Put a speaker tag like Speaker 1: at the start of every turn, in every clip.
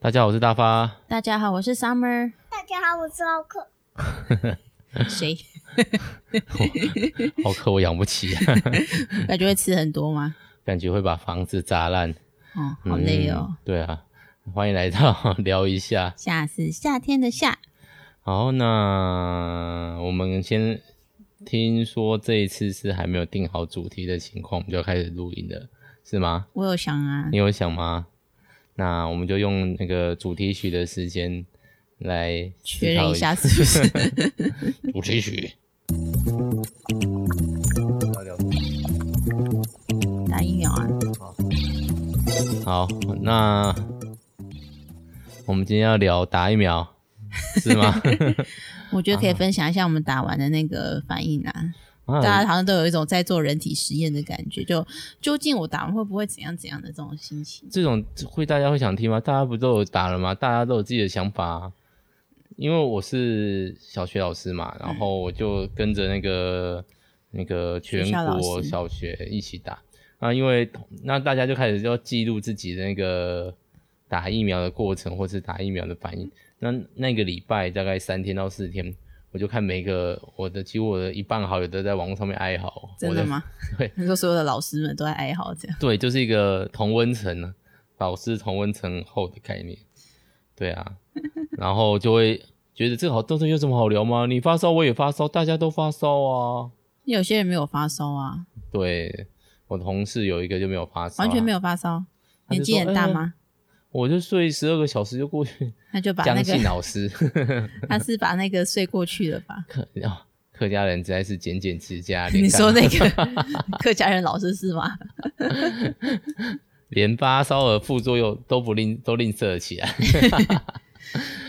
Speaker 1: 大家好，我是大发。
Speaker 2: 大家好，我是 Summer。
Speaker 3: 大家好，我是浩克。
Speaker 2: 谁？
Speaker 1: 浩克我养不起，
Speaker 2: 感觉会吃很多吗？
Speaker 1: 感觉会把房子砸烂。
Speaker 2: 哦，好累哦
Speaker 1: 嗯。。对啊，欢迎来到聊一下。
Speaker 2: 夏是夏天的夏，
Speaker 1: 好，那我们先听说这一次是还没有定好主题的情况，我们就开始录音了，是吗？
Speaker 2: 我有想啊
Speaker 1: 你，有想吗？那我们就用那个主题曲的时间来思
Speaker 2: 确认
Speaker 1: 考
Speaker 2: 一下是不是？
Speaker 1: 主题曲。
Speaker 2: 打疫苗
Speaker 1: 嗯
Speaker 2: 啊。
Speaker 1: 好，那我们今天要聊打疫苗，是吗？
Speaker 2: 我觉得可以分享一下我们打完的那个反应啊，
Speaker 1: 啊
Speaker 2: 大家好像都有一种在做人体实验的感觉，就究竟我打完会不会怎样怎样的这种心情。
Speaker 1: 这种会大家会想听吗？大家不都有打了吗？大家都有自己的想法啊、因为我是小学老师嘛，然后我就跟着那个那个全
Speaker 2: 学校老
Speaker 1: 国
Speaker 2: 师
Speaker 1: 小学一起打。那因为那大家就开始要记录自己的那个打疫苗的过程，或是打疫苗的反应。那那个礼拜大概三天到四天，我就看每个我的几乎我的一半好友都在网络上面哀嚎，
Speaker 2: 真
Speaker 1: 我
Speaker 2: 的
Speaker 1: 在
Speaker 2: 吗？
Speaker 1: 对，
Speaker 2: 你说所有的老师们都在哀嚎这样，
Speaker 1: 对，就是一个同温层呢，老师同温层后的概念。对啊，然后就会觉得这好东西有什么好聊吗？你发烧我也发烧，大家都发烧啊。
Speaker 2: 有些人没有发烧啊，
Speaker 1: 对我同事有一个就没有发烧，
Speaker 2: 完全没
Speaker 1: 有。
Speaker 2: 有发烧，
Speaker 1: 他就
Speaker 2: 年纪
Speaker 1: 说呃
Speaker 2: 很大吗？
Speaker 1: 我就睡十二个小时就过去，
Speaker 2: 他就把那
Speaker 1: 江
Speaker 2: 个
Speaker 1: 信老师，
Speaker 2: 他是把那个睡过去了吧？
Speaker 1: 客啊客家人实在是节俭持 家。连
Speaker 2: 你
Speaker 1: 干
Speaker 2: 说那个 客家人老师是吗？
Speaker 1: 连发烧和副作用都不吝都吝啬了起来，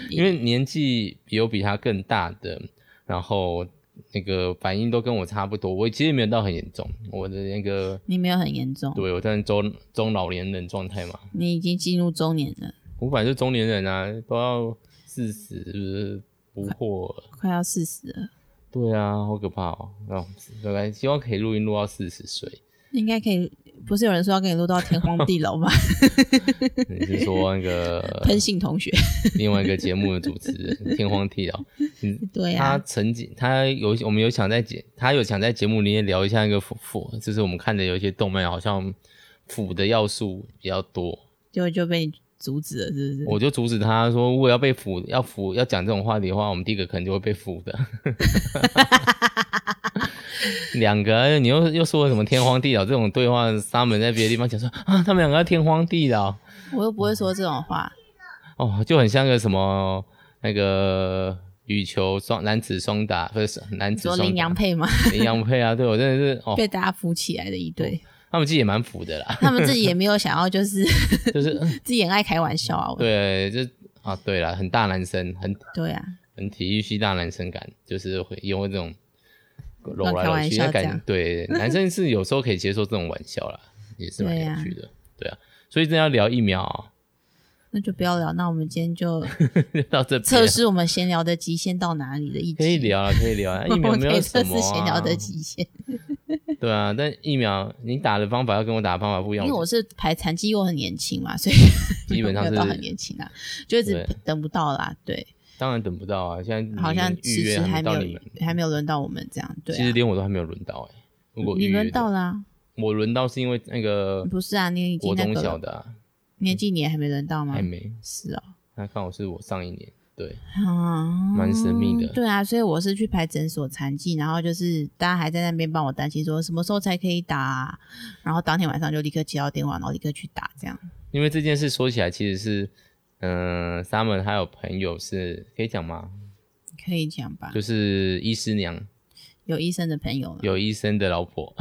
Speaker 1: 因为年纪有比他更大的，然后那个反应都跟我差不多，我其实没有到很严重，我的那个
Speaker 2: 你没有很严重，
Speaker 1: 对我在中中老年人状态嘛，
Speaker 2: 你已经进入中年了，
Speaker 1: 我本来就中年人啊，都要四十不惑了，
Speaker 2: 快要四十了，
Speaker 1: 对啊，好可怕哦，哦大概希望可以录音录到四十岁，
Speaker 2: 应该可以。不是有人说要跟你录到天荒地 老吗？
Speaker 1: 你是说那个
Speaker 2: 喷信 同学，
Speaker 1: 另外一个节目的主持人天荒地老？嗯
Speaker 2: 对啊
Speaker 1: 他
Speaker 2: 呀、
Speaker 1: 曾经，他有我们有想在节，他有想在节目里面聊一下那个腐腐，就是我们看的有一些动漫好像腐的要素比较多，
Speaker 2: 就就被你阻止了，是不是？
Speaker 1: 我就阻止他说，如果要被腐，要腐要讲这种话题的话，我们第一个可能就会被腐的。 两个，你又又说了什么天荒地老这种对话，他们在别的地方讲说啊，他们两个要天荒地老，
Speaker 2: 我又不会说这种话，
Speaker 1: 哦，就很像个什么那个羽球双男子双打，不是男
Speaker 2: 你
Speaker 1: 子
Speaker 2: 说
Speaker 1: 双
Speaker 2: 羚羊
Speaker 1: 打
Speaker 2: 配吗？
Speaker 1: 羚羊配啊，对我真的是哦，
Speaker 2: 被大家扶起来的一对，
Speaker 1: 他们自己也蛮腐的啦，
Speaker 2: 他们自己也没有想要，就是
Speaker 1: 就是嗯
Speaker 2: 自己很爱开玩笑啊。我
Speaker 1: 对，就啊对啦，很大男生，很
Speaker 2: 对啊，
Speaker 1: 很体育系大男生感，就是会因为这种搂
Speaker 2: 乱
Speaker 1: 来
Speaker 2: 开
Speaker 1: 搂
Speaker 2: 玩
Speaker 1: 去的
Speaker 2: 笑这
Speaker 1: 感
Speaker 2: 样
Speaker 1: 对，男生是有时候可以接受这种玩笑啦，也是蛮
Speaker 2: 对
Speaker 1: 有
Speaker 2: 啊
Speaker 1: 趣的，对啊，所以真的要聊疫苗 啊、
Speaker 2: 那就不要聊。那我们今天就
Speaker 1: 到这边
Speaker 2: 测试我们闲聊的极限到哪里的一集，
Speaker 1: 可以聊啊，可以聊 啊，疫
Speaker 2: 我
Speaker 1: 苗
Speaker 2: 们
Speaker 1: 没
Speaker 2: 可
Speaker 1: 有
Speaker 2: 以
Speaker 1: 什
Speaker 2: 测
Speaker 1: 么、
Speaker 2: 试
Speaker 1: 啊、
Speaker 2: 闲聊的极限。
Speaker 1: 对啊，但疫苗你打的方法要跟我打的方法不一样，
Speaker 2: 因为我是排残疾又很年轻嘛，所以
Speaker 1: 基本上是
Speaker 2: 没有到很年轻啊，就一直
Speaker 1: 对
Speaker 2: 等不到啦。对，
Speaker 1: 当然等不到啊，现在你
Speaker 2: 好像
Speaker 1: 们预
Speaker 2: 迟
Speaker 1: 约
Speaker 2: 迟
Speaker 1: 还没
Speaker 2: 还没
Speaker 1: 到
Speaker 2: 有
Speaker 1: 你们，
Speaker 2: 还没有轮到我们这样。对、
Speaker 1: 其实
Speaker 2: 啊，
Speaker 1: 连我都还没有轮到哎、如果预
Speaker 2: 你
Speaker 1: 约
Speaker 2: 轮
Speaker 1: 的
Speaker 2: 到啦、
Speaker 1: 我轮到是因为那个
Speaker 2: 不是啊，你已经
Speaker 1: 国
Speaker 2: 那
Speaker 1: 中
Speaker 2: 个
Speaker 1: 小
Speaker 2: 了
Speaker 1: 的、啊、
Speaker 2: 年纪，你也还没轮到吗
Speaker 1: 还？没，
Speaker 2: 是哦，
Speaker 1: 那刚好是我上一年，对，
Speaker 2: 啊，
Speaker 1: 蛮神秘的
Speaker 2: 对啊，所以我是去排诊所残疾，然后就是大家还在那边帮我担心说什么时候才可以打啊、然后当天晚上就立刻接到电话，然后立刻去打这样。
Speaker 1: 因为这件事说起来其实是，嗯、s u m m e r 他有朋友是可以讲吗？
Speaker 2: 可以讲吧，
Speaker 1: 就是医师娘，
Speaker 2: 有医生的朋友了。
Speaker 1: 有医生的老婆，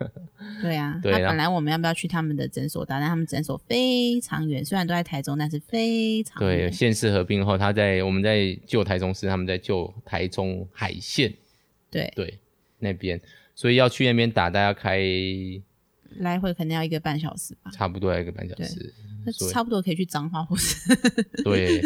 Speaker 2: 对啊，
Speaker 1: 对
Speaker 2: 他
Speaker 1: 然后
Speaker 2: 本来我们要不要去他们的诊所打？但他们诊所非常远，虽然都在台中，但是非常
Speaker 1: 对，
Speaker 2: 远。
Speaker 1: 县市合并后，他在我们在救台中市，他们在救台中海线，
Speaker 2: 对
Speaker 1: 对，那边，所以要去那边打，大概开
Speaker 2: 来回可能要一个半小时吧，
Speaker 1: 差不多要一个半小时，
Speaker 2: 那
Speaker 1: 嗯所以
Speaker 2: 差不多可以去彰化或是
Speaker 1: 对，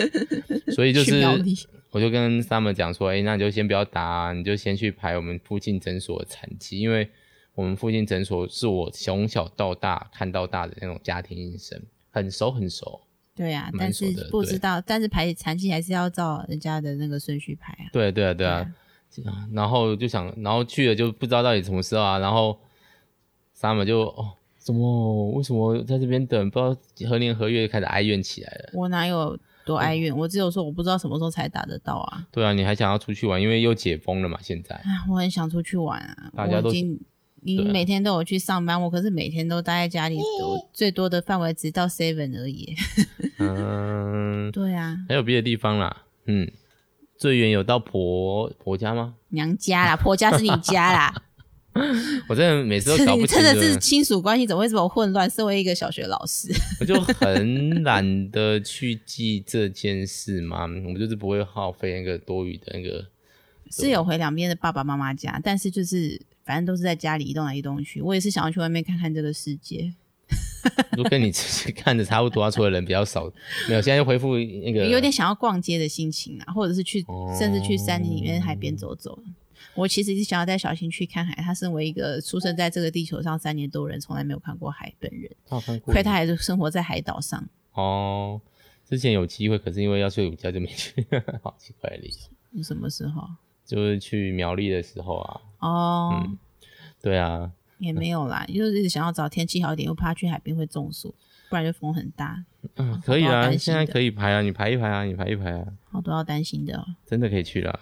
Speaker 1: 所以就
Speaker 2: 去
Speaker 1: 是
Speaker 2: 苗栗。
Speaker 1: 我就跟 Summer 讲说，哎、那你就先不要打、你就先去排我们附近诊所的产期，因为我们附近诊所是我从小到大看到大的那种家庭医生，很熟很熟，
Speaker 2: 对啊，
Speaker 1: 蛮
Speaker 2: 但
Speaker 1: 熟
Speaker 2: 是
Speaker 1: 的
Speaker 2: 不
Speaker 1: 对
Speaker 2: 知道，但是排残疾还是要照人家的那个顺序排啊。
Speaker 1: 对对啊对啊，然后就想，然后去了就不知道到底什么时候啊，然后 Summer 就哦，怎么为什么在这边等，不知道何年何月就开始哀怨起来了。
Speaker 2: 我哪有多哀怨？我只有说我不知道什么时候才打得到啊！
Speaker 1: 对啊，你还想要出去玩，因为又解封了嘛，现在。
Speaker 2: 啊，我很想出去玩啊！
Speaker 1: 大家都
Speaker 2: 我已经你
Speaker 1: 对啊
Speaker 2: 每天都有去上班，我可是每天都待在家里，我最多的范围只到 seven 而已。
Speaker 1: 嗯，
Speaker 2: 对啊，
Speaker 1: 还有别的地方啦，嗯，最远有到婆婆家吗？
Speaker 2: 娘 家啦，婆家是你家啦，
Speaker 1: 我真的每次都搞
Speaker 2: 你
Speaker 1: 不清
Speaker 2: 真
Speaker 1: 楚，
Speaker 2: 的是亲属关系怎么会这么混乱？身为一个小学老师，
Speaker 1: 我就很懒得去记这件事嘛，我就是不会耗费那个多余的那个。
Speaker 2: 是有回两边的爸爸妈妈家，但是就是反正都是在家里移动来移动去。我也是想要去外面看看这个世界，
Speaker 1: 就跟你之前看的差不多啊，除了人比较少，没有。现在就恢复那个
Speaker 2: 有点想要逛街的心情啊，或者是去
Speaker 1: 啊哦
Speaker 2: 甚至去山里面海边走走。我其实是想要带小新去看海，他身为一个出生在这个地球上三年多的人，从来没有看过海本人，
Speaker 1: 他有看过
Speaker 2: 亏他还是生活在海岛上。
Speaker 1: 哦。之前有机会，可是因为要睡午觉就没 去，好奇怪的理由。
Speaker 2: 你什么时候？
Speaker 1: 就是去苗栗的时候啊，
Speaker 2: 哦，
Speaker 1: 对啊，
Speaker 2: 也没有啦，就是一直想要找天气好一点，又怕去海边会中暑，不然就风很大，
Speaker 1: 嗯，
Speaker 2: 好
Speaker 1: 可以
Speaker 2: 好
Speaker 1: 啊，
Speaker 2: 担心
Speaker 1: 现在
Speaker 2: 的
Speaker 1: 可以排啊，你排一排啊，你排一排啊，
Speaker 2: 好多要担心的哦、
Speaker 1: 真的可以去啦。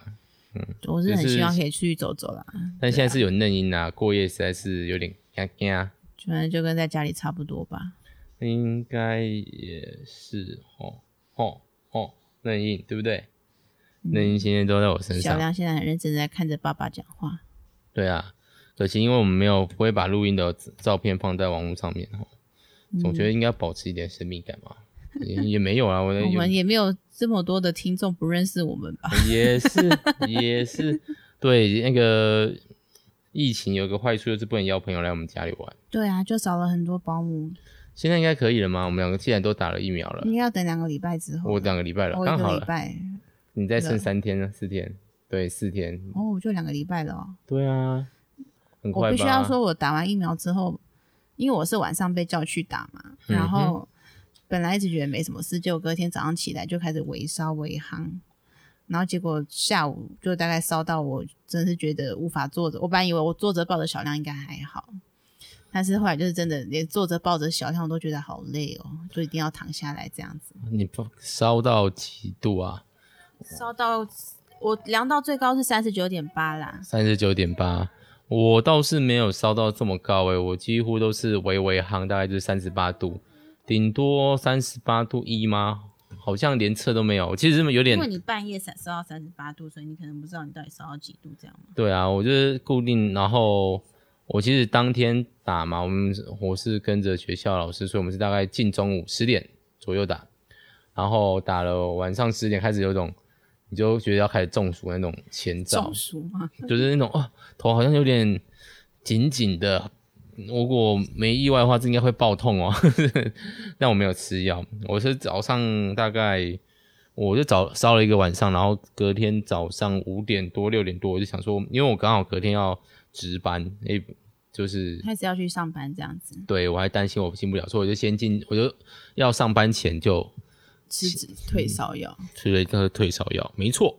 Speaker 2: 我是很
Speaker 1: 嗯就是
Speaker 2: 希望可以出去走走啦，
Speaker 1: 但现在是有嫩音啊，过夜实在是有点尴尬，
Speaker 2: 就反正就跟在家里差不多吧。
Speaker 1: 应该也是哦哦哦，嫩音对不对？嫩音现在都在我身
Speaker 2: 小
Speaker 1: 上，
Speaker 2: 亮现在很认真的在看着爸爸讲话，
Speaker 1: 对啊，可惜因为我们没有不会把录音的照片放在网络上面哦，总觉得应该保持一点神秘感嘛，也也没有啊，我
Speaker 2: 我们
Speaker 1: 也
Speaker 2: 也没有这么多的听众不认识我们吧？
Speaker 1: 也是也是对那个疫情有个坏处就是不能邀朋友来我们家里玩，
Speaker 2: 对啊，就少了很多保姆，
Speaker 1: 现在应该可以了吗？我们两个既然都打了疫苗了，
Speaker 2: 应该要等两个礼拜之后。
Speaker 1: 呃我两个礼拜了，
Speaker 2: 我
Speaker 1: 刚
Speaker 2: 哦一
Speaker 1: 好
Speaker 2: 个礼
Speaker 1: 了，
Speaker 2: 拜，
Speaker 1: 你再剩三天了，四天，对，四天，
Speaker 2: 哦，我就两个礼拜了哦、
Speaker 1: 对啊，很快吧？
Speaker 2: 我必须要说，我打完疫苗之后，因为我是晚上被叫去打嘛，
Speaker 1: 嗯哼
Speaker 2: 然后本来一直觉得没什么事，结果隔天早上起来就开始微烧微夯，然后结果下午就大概烧到我真是觉得无法坐着。我本来以为我坐着抱着小亮应该还好，但是后来就是真的连坐着抱着小亮我都觉得好累哦，就一定要躺下来这样子。
Speaker 1: 你不烧到几度啊？
Speaker 2: 烧到我量到最高是三十九点八啦，
Speaker 1: 三十九点八，我倒是没有烧到这么高诶、我几乎都是微微夯，大概就是三十八度，顶多三十八度一吗？好像连测都没有，我其实有
Speaker 2: 因为
Speaker 1: 点
Speaker 2: 你半夜才烧到三十八度，所以你可能不知道你到底烧到几度这样吗？
Speaker 1: 对啊，我就是固定，然后我其实当天打嘛，我们我是跟着学校老师，所以我们是大概近中午十点左右打，然后打了晚上十点开始有种你就觉得要开始中暑那种前兆
Speaker 2: 中，暑吗？
Speaker 1: 就是那种啊，头好像有点紧紧的。如果没意外的话，这应该会爆痛哦。 但我没有吃药，我是早上大概我就早烧了一个晚上，然后隔天早上五点多六点多，我就想说，因为我刚好隔天要值班，诶、就是
Speaker 2: 开始要去上班这样子，
Speaker 1: 对我还担心我进不了，所以我就先进，我就要上班前就
Speaker 2: 吃止
Speaker 1: 嗯
Speaker 2: 退烧药。
Speaker 1: 吃了一颗退烧药，没错。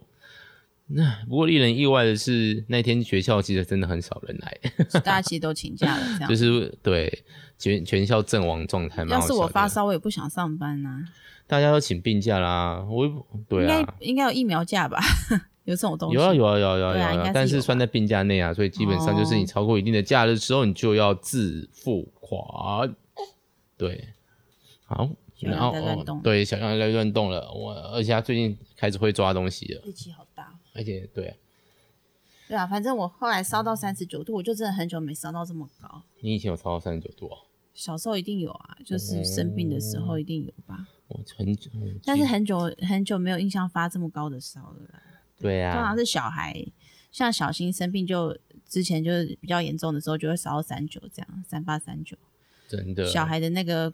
Speaker 1: 那不过令人意外的是，那天学校其实真的很少人来，
Speaker 2: 大家其实都请假了，这样。
Speaker 1: 就是对全全校阵亡状态蛮
Speaker 2: 要
Speaker 1: 好笑
Speaker 2: 是
Speaker 1: 的。
Speaker 2: 我发烧，我也不想上班呐、
Speaker 1: 大家都请病假啦，我也不对
Speaker 2: 应
Speaker 1: 啊，
Speaker 2: 该应该有疫苗假吧？ 有这种东西？
Speaker 1: 有啊有啊有啊有啊
Speaker 2: 对啊
Speaker 1: 有
Speaker 2: 应该是
Speaker 1: 但是
Speaker 2: 有
Speaker 1: 算在病假内啊，所以基本上就是你
Speaker 2: 哦
Speaker 1: 超过一定的假日之后，你就要自付款。对，好，
Speaker 2: 小
Speaker 1: 然后
Speaker 2: 羊在乱动
Speaker 1: 哦对小杨在乱动了，我而且他最近开始会抓东西了，
Speaker 2: 力气好大。哦
Speaker 1: 而且对
Speaker 2: 对啊，反正我后来烧到三十九度，我就真的很久没烧到这么高。
Speaker 1: 你以前有超到三十九度、哦，
Speaker 2: 小时候一定有啊，
Speaker 1: 哦
Speaker 2: 就是生病的时候一定有吧。
Speaker 1: 我很久，我
Speaker 2: 但是
Speaker 1: 记
Speaker 2: 很久很久没有印象发这么高的烧了啦。
Speaker 1: 对
Speaker 2: 通常
Speaker 1: 啊，
Speaker 2: 是小孩，像小新生病就之前就是比较严重的时候，就会烧到三九这样，三八三九。
Speaker 1: 真的
Speaker 2: 小孩的那个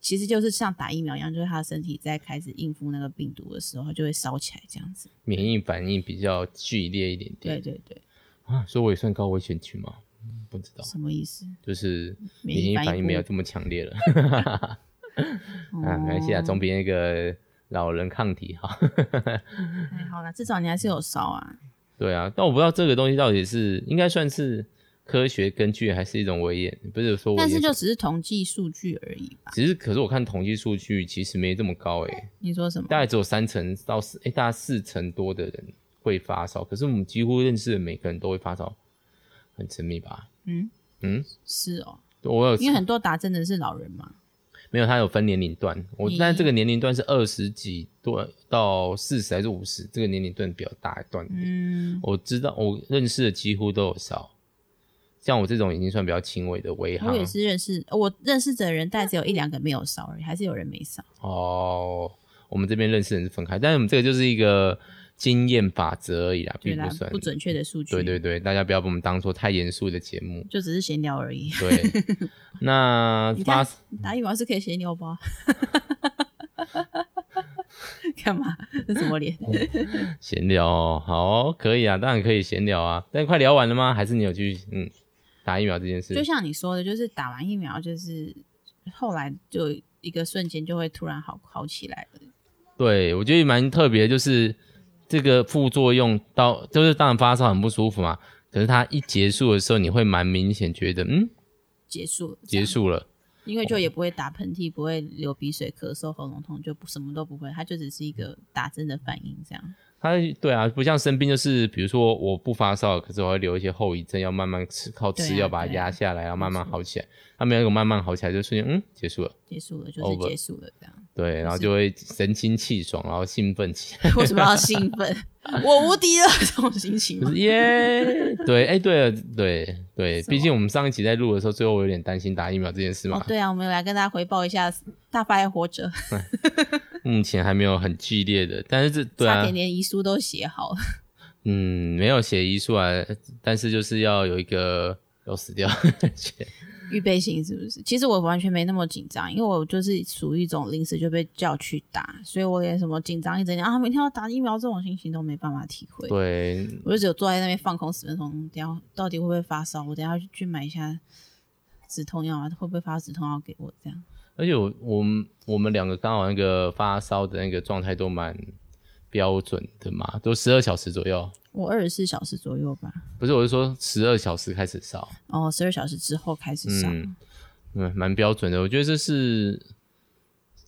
Speaker 2: 其实就是像打疫苗一样，就是他的身体在开始应付那个病毒的时候，他就会烧起来这样子。
Speaker 1: 免疫反应比较剧烈一点
Speaker 2: 对
Speaker 1: 点
Speaker 2: 对对，
Speaker 1: 啊，所以我也算高危险区吗？嗯不知道，
Speaker 2: 什么意思？
Speaker 1: 就是
Speaker 2: 免
Speaker 1: 免
Speaker 2: 疫
Speaker 1: 疫
Speaker 2: 反应
Speaker 1: 反应
Speaker 2: 不
Speaker 1: 没有这么强烈了。 啊，没关系啊，
Speaker 2: 哦
Speaker 1: 总比那个老人抗体好。
Speaker 2: 还哎好啦，至少你还是有烧啊。
Speaker 1: 对啊，但我不知道这个东西到底是应该算是科学根据，还是一种危言，不是说危
Speaker 2: 但
Speaker 1: 言
Speaker 2: 是就只是统计数据而已吧？
Speaker 1: 只是，可是我看统计数据其实没这么高诶、
Speaker 2: 你说什么？
Speaker 1: 大概只有三成到四，诶、大概四成多的人会发烧，可是我们几乎认识的每个人都会发烧，很神秘吧？
Speaker 2: 嗯
Speaker 1: 嗯，
Speaker 2: 是哦，
Speaker 1: 我有
Speaker 2: 因为很多打针的是老人嘛。
Speaker 1: 没有，它有分年龄段。我
Speaker 2: 咦
Speaker 1: 但这个年龄段是二十几多到四十还是五十，这个年龄段比较大一段。
Speaker 2: 嗯，
Speaker 1: 我知道，我认识的几乎都有烧，像我这种已经算比较轻微的微
Speaker 2: 我
Speaker 1: 寒
Speaker 2: 也是认识，我认识的人，大概只有一两个没有烧而已，还是有人没烧。
Speaker 1: 哦。我们这边认识人是分开，但是我们这个就是一个经验法则而已啦，
Speaker 2: 对
Speaker 1: 并
Speaker 2: 啦
Speaker 1: 不算，
Speaker 2: 不准确的数据，
Speaker 1: 对对，对，大家不要把我们当做太严肃的节目。
Speaker 2: 就只是闲聊而已。
Speaker 1: 对，那
Speaker 2: 你
Speaker 1: 发
Speaker 2: 看打疫苗是可以闲聊吧？ 干嘛？这什么脸？
Speaker 1: 闲聊哦好哦可以啊，当然可以闲聊啊。但快聊完了吗？还是你有去嗯打疫苗这件事
Speaker 2: 就？像你说的，就是打完疫苗，就是后来就一个瞬间就会突然好好起来了。
Speaker 1: 对，我觉得蛮特别，就是这个副作用到就是当然发烧很不舒服嘛，可是它一结束的时候，你会蛮明显觉得嗯
Speaker 2: 结束了，
Speaker 1: 结，束哦了。
Speaker 2: 因为就也不会打喷嚏，不会流鼻水、咳嗽、喉咙痛，就不什么都不会，它就只是一个打针的反应这样。
Speaker 1: 它对啊，不像生病，就是比如说我不发烧，可是我会留一些后遗症，要慢慢吃，靠
Speaker 2: 对
Speaker 1: 吃
Speaker 2: 啊
Speaker 1: 药把它
Speaker 2: 对啊
Speaker 1: 压下来，然后慢慢
Speaker 2: 没错
Speaker 1: 好起来。它没有一个慢慢好起来，就瞬间嗯结束了，
Speaker 2: 结束了就是
Speaker 1: Over
Speaker 2: 结束了，这样。
Speaker 1: 对，然后
Speaker 2: 是
Speaker 1: 就会神清气爽，然后兴奋起来。
Speaker 2: 为什么要兴奋？我无敌了，这种心情
Speaker 1: 就
Speaker 2: 吗
Speaker 1: 是耶，对，哎、对了，对对，
Speaker 2: 什么
Speaker 1: 毕竟我们上一集在录的时候，最后我有点担心打疫苗这件事嘛，
Speaker 2: 哦，对啊，我们来跟大家回报一下，大发还活着，
Speaker 1: 目前还没有很剧烈的，但是这对
Speaker 2: 差
Speaker 1: 啊
Speaker 2: 点，连遗书都写好了。
Speaker 1: 嗯，没有写遗书啊，但是就是要有一个要死掉
Speaker 2: 预备性是不是？其实我完全没那么紧张，因为我就是属于一种临时就被叫去打，所以我连什么紧张一整天啊，明天要打疫苗这种心情都没办法体会。
Speaker 1: 对，
Speaker 2: 我就只有坐在那边放空十分钟，等一下到底会不会发烧？我等一下去买一下止痛药啊，会不会发止痛药给我？这样
Speaker 1: 而且我我们我们两个刚好那个发烧的那个状态都蛮标准的嘛，都十二小时左右，
Speaker 2: 我二十四小时左右吧，
Speaker 1: 不是，我是说十二小时开始烧，
Speaker 2: 哦，十二小时之后开始上。
Speaker 1: 嗯嗯，蛮标准的。我觉得这是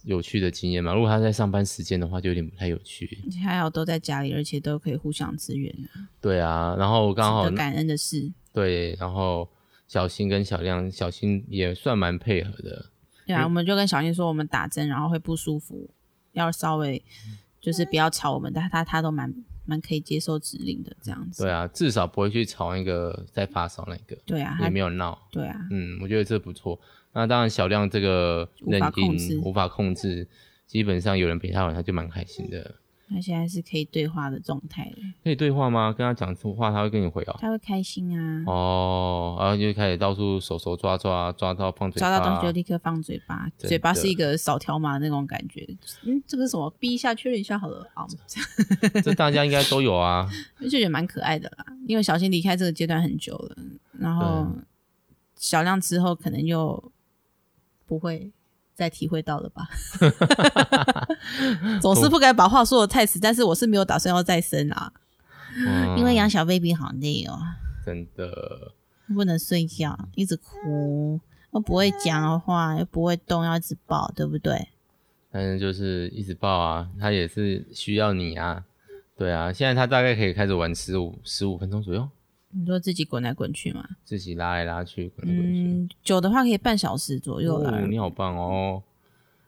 Speaker 1: 有趣的经验嘛。如果他在上班时间的话，就有点不太有趣。
Speaker 2: 还好都在家里，而且都可以互相支援啊，
Speaker 1: 对啊，然后刚好
Speaker 2: 值得感恩的事。
Speaker 1: 对，然后小新跟小亮，小新也算蛮配合的。
Speaker 2: 对啊，我们就跟小新说，我们打针然后会不舒服，要稍微就是不要吵我们，但他他都蛮蛮可以接受指令的这样子。
Speaker 1: 对啊，至少不会去吵那个在发烧那个，
Speaker 2: 对啊，
Speaker 1: 也
Speaker 2: 他
Speaker 1: 没有闹。
Speaker 2: 对啊，
Speaker 1: 嗯，我觉得这不错。那当然，小亮这个
Speaker 2: 无
Speaker 1: 任
Speaker 2: 法控制
Speaker 1: 性无法控制，基本上有人陪他玩，他就蛮开心的。
Speaker 2: 他现在是可以对话的状态的，
Speaker 1: 可以对话吗？跟他讲出话，他会跟你回哦。
Speaker 2: 他会开心啊，
Speaker 1: 哦，然后就开始到处手手抓抓，抓到放嘴巴，
Speaker 2: 抓到东西就立刻放嘴巴，
Speaker 1: 啊真的
Speaker 2: 嘴巴是一个扫条码的那种感觉。嗯，这个是什么？逼一下确认一下好了啊，这样
Speaker 1: 这大家应该都有啊。
Speaker 2: 就觉得蛮可爱的啦。因为小新离开这个阶段很久了，然后小亮之后可能又不会再体会到了 吧。总是不该把话说的太死，但是我是没有打算要再生啦，
Speaker 1: 嗯
Speaker 2: 因为养小 baby 好累哦，
Speaker 1: 真的，
Speaker 2: 不能睡觉，一直哭，又不会讲的话，又不会动，要一直抱，对不对？
Speaker 1: 但是就是一直抱啊，他也是需要你啊。对啊，现在他大概可以开始玩十五十五分钟左右，
Speaker 2: 你说自己滚来滚去嘛，
Speaker 1: 自己拉来拉去，滚来滚去。
Speaker 2: 嗯，久的话可以半小时左右啦，
Speaker 1: 哦，你好棒哦！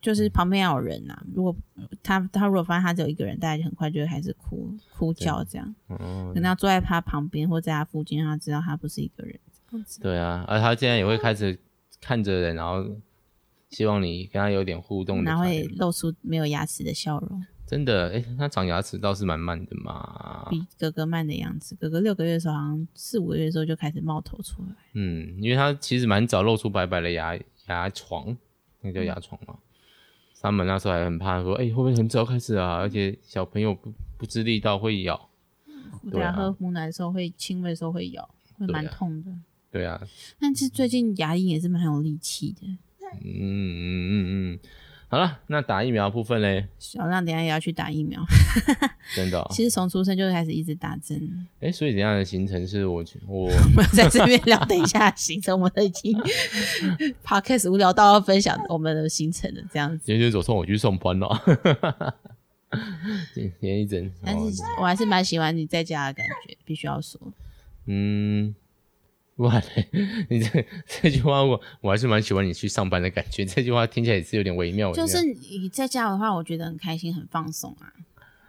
Speaker 2: 就是旁边要有人啊。如果他他如果发现他只有一个人，大家就很快就会开始哭哭叫这样，
Speaker 1: 嗯
Speaker 2: 可，能要坐在他旁边或在他附近，让他知道他不是一个人这样子。
Speaker 1: 对啊，而他现在也会开始看着人，然后希望你跟他有点互动的
Speaker 2: 然后
Speaker 1: 反
Speaker 2: 会
Speaker 1: 应。
Speaker 2: 露出没有牙齿的笑容，
Speaker 1: 真的，哎、他长牙齿倒是蛮慢的嘛。
Speaker 2: 比哥哥慢的样子。哥哥六个月的时候，好像四五个月的时候就开始冒头出来。
Speaker 1: 嗯，因为他其实蛮早露出白白的牙牙床，那
Speaker 2: 嗯
Speaker 1: 叫牙床嘛。他们那时候还很怕说，哎、会不会很早开始啊？而且小朋友不不知力道会咬，对
Speaker 2: 对
Speaker 1: 啊
Speaker 2: 啊，喝母奶的时候会亲喂的时候会咬，会
Speaker 1: 对啊
Speaker 2: 蛮痛的。
Speaker 1: 对啊，
Speaker 2: 但是最近牙龈也是蛮有力气的，
Speaker 1: 嗯嗯嗯嗯，好了，那打疫苗的部分嘞，
Speaker 2: 小亮等一下也要去打疫苗。
Speaker 1: 真的、哦，
Speaker 2: 其实从出生就开始一直打针。
Speaker 1: 哎、所以怎样的行程是我去 我
Speaker 2: 我们在这边聊等一下的行程，我们都已 经 podcast 无聊到要分享我们的行程了，这样子。
Speaker 1: 今天走送我去送班了，今天一整，
Speaker 2: 但
Speaker 1: 哦
Speaker 2: 是我还是蛮喜欢你在家的感觉，必须要说。
Speaker 1: 嗯，哇嘞，你这这句话我我还是蛮喜欢你去上班的感觉，这句话听起来也是有点微妙，微妙
Speaker 2: 就是你在家的话，我觉得很开心，很放松啊，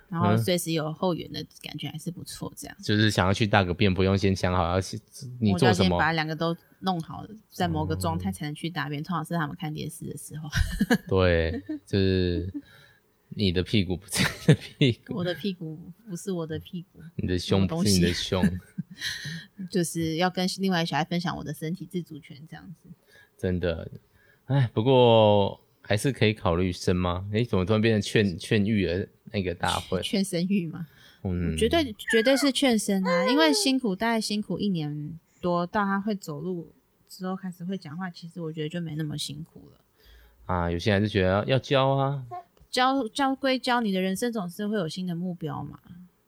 Speaker 2: 然后
Speaker 1: 嗯
Speaker 2: 随时有后援的感觉还是不错。这样，
Speaker 1: 就是想要去大个便，不用先想好要去你
Speaker 2: 我就要
Speaker 1: 做什
Speaker 2: 先
Speaker 1: 么，哦
Speaker 2: 把两个都弄好，在某个状态才能去大便。通常是他们看电视的时候，
Speaker 1: 对，就是你的屁股不是你的屁股，
Speaker 2: 我的屁股不是我的屁股，
Speaker 1: 你的胸
Speaker 2: 么东
Speaker 1: 不是你的
Speaker 2: 西
Speaker 1: 胸，
Speaker 2: 就是要跟另外小孩分享我的身体自主权这样子。
Speaker 1: 真的，哎，不过还是可以考虑生吗？哎，怎么突然变成劝劝育儿那个大啊会？
Speaker 2: 劝生育嘛，
Speaker 1: 嗯，
Speaker 2: 绝对绝对是劝生啊，因为辛苦大概辛苦一年多，到他会走路之后开始会讲话，其实我觉得就没那么辛苦了。
Speaker 1: 啊，有些人还是觉得要教啊，
Speaker 2: 教教归教，你的人生总是会有新的目标嘛，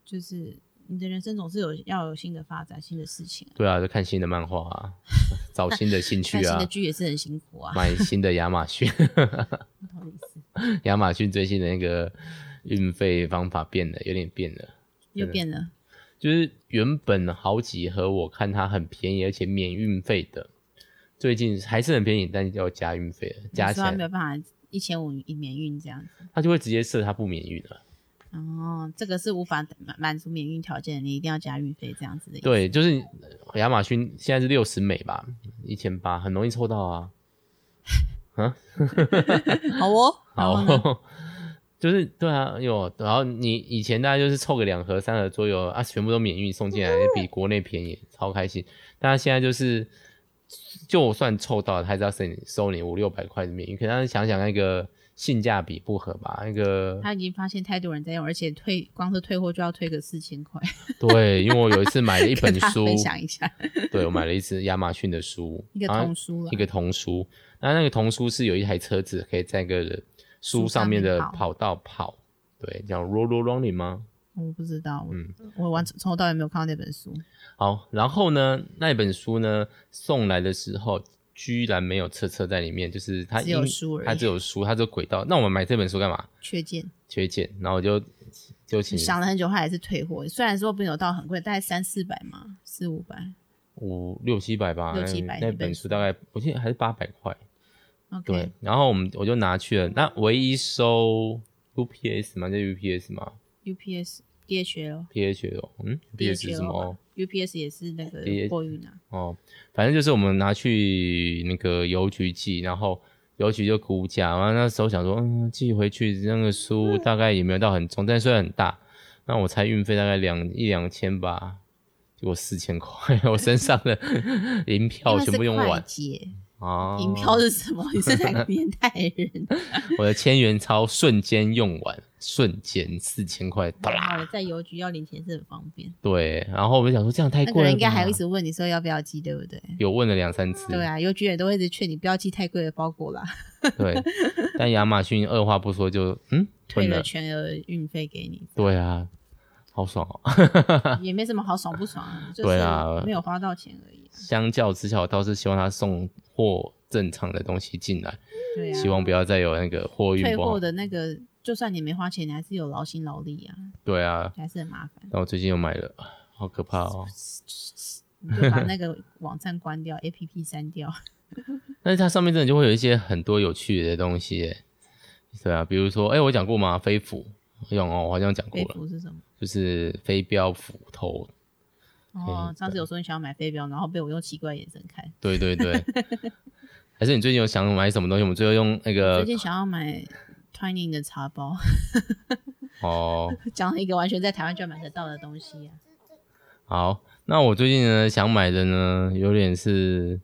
Speaker 2: 就是你的人生总是有要有新的发展、新的事情、啊，
Speaker 1: 对啊，就看新的漫画啊，找新的兴
Speaker 2: 看
Speaker 1: 趣
Speaker 2: 新
Speaker 1: 啊
Speaker 2: 的，剧也是很 辛苦啊，
Speaker 1: 买新的亚马逊，
Speaker 2: 不好意思，
Speaker 1: 亚马逊最新的那个运费方法变了，有点变了。
Speaker 2: 又变了。
Speaker 1: 就是原本好几盒，我看它很便宜，而且免运费的，最近还是很便宜，但要加运费了，加
Speaker 2: 你
Speaker 1: 起
Speaker 2: 说
Speaker 1: 来
Speaker 2: 他嗯啊没有办法一千五一免运这样子，
Speaker 1: 它就会直接设它不免运了。
Speaker 2: 哦，这个是无法满满足免运条件的，你一定要加运费这样子的。，
Speaker 1: 对，就是你亚马逊现在是六十美吧，一千八，很容易凑到啊。
Speaker 2: 好哦，然后 呢
Speaker 1: 好，就是对啊，有，然后你以前大家就是凑个两盒、三盒左右啊，全部都免运送进
Speaker 2: 嗯
Speaker 1: 来，比国内便宜，超开心。但他现在就是，就算凑到了，他还是要收你收你五六百块的免运。可是他想想那个性价比不合吧，那个
Speaker 2: 他已经发现太多人在用，而且退光是退货就要退个四千块。
Speaker 1: 对，因为我有一次买哎了一本
Speaker 2: 跟大家
Speaker 1: 书，
Speaker 2: 分享一下，
Speaker 1: 对我买了一只亚马逊的书，
Speaker 2: 一个
Speaker 1: 然后
Speaker 2: 童书啊了
Speaker 1: 啊一。个童书，那那个童书是有一台车子可以在一个书
Speaker 2: 书
Speaker 1: 上
Speaker 2: 上
Speaker 1: 面
Speaker 2: 面
Speaker 1: 的
Speaker 2: 跑
Speaker 1: 跑道跑，对，叫 roll running 吗？
Speaker 2: 我不知道，我
Speaker 1: 嗯
Speaker 2: 我完从头到尾没有看到那本书。
Speaker 1: 好，然后呢，那本书呢送来的时候，居然没有车车在里面，就是它
Speaker 2: 只有
Speaker 1: 因
Speaker 2: 书而已
Speaker 1: 它只有书，它只有轨道。那我们买这本书干嘛？
Speaker 2: 缺件，
Speaker 1: 缺件，然后我就就请
Speaker 2: 想了很久，他还是退货。虽然说没有到很贵，大概三四百嘛，四五百。
Speaker 1: 五六七百吧，
Speaker 2: 六
Speaker 1: 那
Speaker 2: 七百
Speaker 1: 那
Speaker 2: 一本
Speaker 1: 本书大概我记得还是八百块，对
Speaker 2: OK，。
Speaker 1: 然后我们我就拿去了，那唯一收 UPS 嘛，就 UPS 嘛
Speaker 2: UPS、DHL、
Speaker 1: ，PHL，嗯，PHL 是什么？
Speaker 2: DHL
Speaker 1: 哦
Speaker 2: 吧、UPS 也是那个
Speaker 1: DH
Speaker 2: 货运啊，
Speaker 1: 哦，反正就是我们拿去那个邮局寄，然后邮局就估价，然后那时候想说，嗯，寄回去那个书大概也没有到很重，但虽然很大，那我猜运费大概两一两千吧，结果四千块，我身上的银票全部用
Speaker 2: 因为是快
Speaker 1: 完
Speaker 2: 捷。
Speaker 1: 啊，
Speaker 2: 银票是什么？你是哪个年代的 人？
Speaker 1: 我的千元钞瞬间用完，啊瞬间四千块，啪
Speaker 2: 好了，
Speaker 1: 啦，
Speaker 2: 在邮局要领钱是很方便。
Speaker 1: 对，然后我就想说这样太
Speaker 2: 那个
Speaker 1: 贵了吧，
Speaker 2: 人应该还会一直问你说要不要寄，对不对？
Speaker 1: 有问了两三次，
Speaker 2: 对啊，邮局也都会一直劝你不要寄太贵的包裹啦，
Speaker 1: 对，但亚马逊二话不说就嗯
Speaker 2: 退
Speaker 1: 吞
Speaker 2: 了全额运费给你，
Speaker 1: 对啊，好爽哦！
Speaker 2: 也没什么好爽不爽啊，就
Speaker 1: 对啊
Speaker 2: 是没有花到钱而已啊。
Speaker 1: 相较之下，我倒是希望他送货正常的东西进来，
Speaker 2: 对啊，
Speaker 1: 希望不要再有那个货运
Speaker 2: 退
Speaker 1: 不好
Speaker 2: 货。的那个，就算你没花钱，你还是有劳心劳力啊，
Speaker 1: 对啊，
Speaker 2: 还是很麻烦。
Speaker 1: 但我最近又买了，好可怕哦！
Speaker 2: 你就把 那个网站关掉，APP 删
Speaker 1: 哦
Speaker 2: 掉。
Speaker 1: 但是它上面真的就会有一些很多有趣的东西耶，对啊，比如说，哎、我讲过吗？飞斧，用哦，我好像讲过
Speaker 2: 飞
Speaker 1: 了，
Speaker 2: 镖是什么？
Speaker 1: 就是飞镖斧头，
Speaker 2: 哦，
Speaker 1: 对
Speaker 2: 上次有说你想要买飞镖，然后被我用奇怪的眼神看。
Speaker 1: 对对 对。还是你最近有想买什么东西？我们最后用那
Speaker 2: 最
Speaker 1: 个
Speaker 2: 近想要买 Twining 的茶包，
Speaker 1: 哦，
Speaker 2: 讲了一个完全在台湾就买得到的东西啊。
Speaker 1: 好，那我最近呢想买的呢，有点是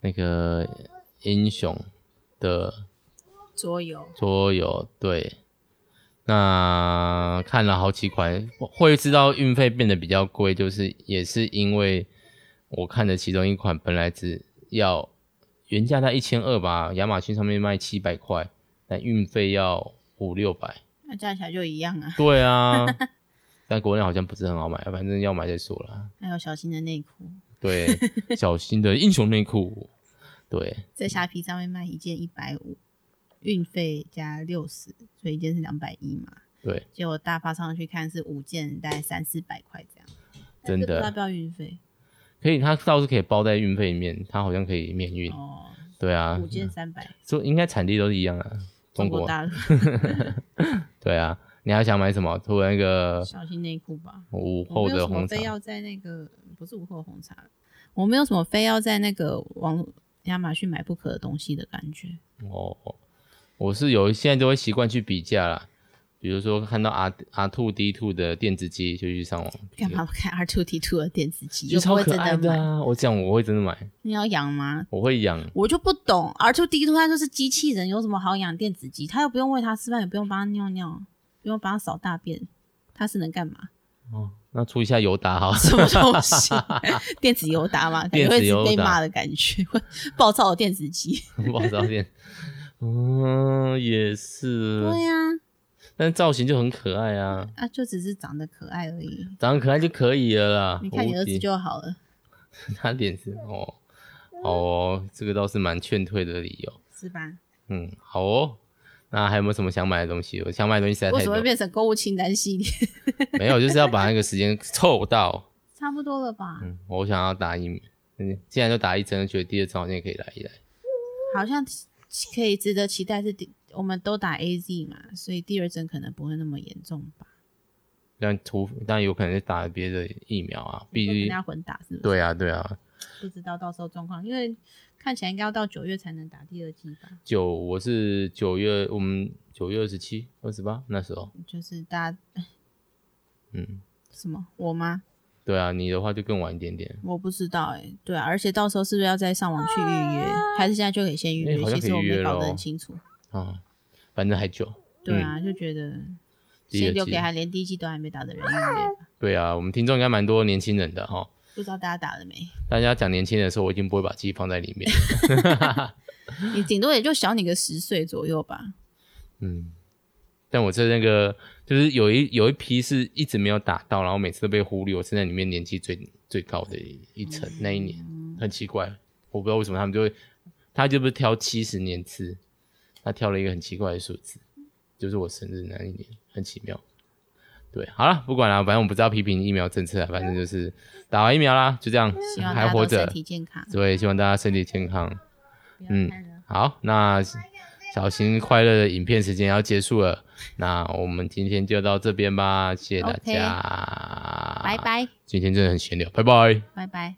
Speaker 1: 那个英雄的
Speaker 2: 桌游
Speaker 1: 桌游，对。那看了好几款，会知道运费变得比较贵，就是也是因为我看的其中一款本来只要原价在一千二吧，亚马逊上面卖七百块，但运费要五六百。
Speaker 2: 那加起来就一样啊。
Speaker 1: 对啊，但国内好像不是很好买，反正要买再说啦。
Speaker 2: 还有小新的内裤，
Speaker 1: 对，小新的英雄内裤，对，
Speaker 2: 在虾皮上面卖一件一百五，运费加六十，所以一件是两百一嘛。
Speaker 1: 对，
Speaker 2: 结果大发上去看是五件，大概三四百块这样。
Speaker 1: 真的
Speaker 2: 但是不知道要不要运费
Speaker 1: 可以，它倒是可以包在运费里面，它好像可以免运。
Speaker 2: 哦，
Speaker 1: 对啊
Speaker 2: 五，件三百，
Speaker 1: 所以应该产地都是一样的，中国。
Speaker 2: 大陆
Speaker 1: 对啊，你还想买什么？除了那个
Speaker 2: 小新内裤 吧。
Speaker 1: 午
Speaker 2: 我
Speaker 1: 后
Speaker 2: 没有
Speaker 1: 的
Speaker 2: 什么
Speaker 1: 红茶
Speaker 2: 非，要在那个不是午后红茶，我没有什么非要在那个网亚马逊买不可的东西的感觉。
Speaker 1: 哦，我是有现在都会习惯去比价啦。比如说看到 R R two D two 的电子机，就去上网比
Speaker 2: 干嘛不看 R two T two 的电子机？
Speaker 1: 就
Speaker 2: 又不
Speaker 1: 超
Speaker 2: 会
Speaker 1: 可
Speaker 2: 真
Speaker 1: 爱
Speaker 2: 的买？
Speaker 1: 啊！我讲我会真的买，
Speaker 2: 你要养吗？
Speaker 1: 我会养。
Speaker 2: 我就不懂，R two D two 它就是机器人，有什么好养电子鸡？它又不用喂它吃饭，也不用帮它尿尿，不用帮它扫大便，它是能干嘛？
Speaker 1: 哦，那出一下油打好，
Speaker 2: 什么东西？ 电子油打嘛，感觉
Speaker 1: 电
Speaker 2: 会
Speaker 1: 子
Speaker 2: 一直
Speaker 1: 油
Speaker 2: 被
Speaker 1: 打
Speaker 2: 骂的感 觉，会暴躁的电子鸡。
Speaker 1: 不好照 片。嗯，也是，
Speaker 2: 对呀、
Speaker 1: 但是造型就很可爱啊，
Speaker 2: 啊，就只是长得可爱而已。
Speaker 1: 长得可爱就可以了啦。
Speaker 2: 你看你儿子就好了，
Speaker 1: 无敌 他脸是哦，好哦，这个倒是蛮劝退的理由。
Speaker 2: 是吧？
Speaker 1: 嗯，好哦。那还有没有什么想买的东西？我想买的东西实在
Speaker 2: 为
Speaker 1: 太
Speaker 2: 什么
Speaker 1: 多
Speaker 2: 会，变成购物清单系列？
Speaker 1: 没有，就是要把那个时间凑 到。
Speaker 2: 差不多了吧？
Speaker 1: 嗯，我想要打疫苗，嗯，既然都打一针，觉得第二针好像也可以来一来。
Speaker 2: 好像可以值得期待是第，我们都打 A Z 嘛，所以第二针可能不会那么严重吧？
Speaker 1: 但除但有可能是打别的疫苗啊，
Speaker 2: 就
Speaker 1: 毕
Speaker 2: 可能
Speaker 1: 竟
Speaker 2: 要混打是不是？
Speaker 1: 对啊对啊，
Speaker 2: 不知道到时候状况，因为看起来应该要到九月才能打第二剂吧？
Speaker 1: 九，我是九月，我们九月二十七、二十八那时候，
Speaker 2: 就是大家
Speaker 1: 嗯，
Speaker 2: 什么我吗？
Speaker 1: 对啊，你的话就更晚一点点，
Speaker 2: 我不知道哎、对啊，而且到时候是不是要再上网去预约，还是现在就可以先预约？
Speaker 1: 哎好像
Speaker 2: 其实我
Speaker 1: 可以预
Speaker 2: 没
Speaker 1: 约
Speaker 2: 搞
Speaker 1: 了
Speaker 2: 得很
Speaker 1: 哦
Speaker 2: 清楚。
Speaker 1: 啊，反正还久，
Speaker 2: 对啊，就觉得
Speaker 1: 嗯第一个
Speaker 2: 先留
Speaker 1: 季
Speaker 2: 给还连第一季都还没打的人预约吧，
Speaker 1: 对啊，我们听众应该蛮多年轻人的哈，
Speaker 2: 不知道大家打了没？
Speaker 1: 大家讲年轻人的时候，我已经不会把记忆放在里面了，
Speaker 2: 你顶多也就小你个十岁左右吧。
Speaker 1: 嗯，但我在那个就是有一有一批是一直没有打到，然后每次都被忽略，我是那里面年纪最最高的一层，那一年
Speaker 2: 嗯
Speaker 1: 很奇怪，我不知道为什么他们就会，他就不是挑七十年次，他挑了一个很奇怪的数字，就是我生日那一年，很奇妙。对，好了，不管了，反正我不知道批评疫苗政策啊，反正就是打完疫苗啦，就这样
Speaker 2: 希，望大
Speaker 1: 还
Speaker 2: 家
Speaker 1: 活
Speaker 2: 都
Speaker 1: 着，
Speaker 2: 身体健康。
Speaker 1: 对，希望大家身体健康。嗯
Speaker 2: 不要看了，
Speaker 1: 好，那小型快乐的影片时间要结束了，那我们今天就到这边吧，谢谢大
Speaker 2: OK
Speaker 1: 家，
Speaker 2: 拜，拜，
Speaker 1: 今天真的很闲聊，拜拜。
Speaker 2: 拜拜。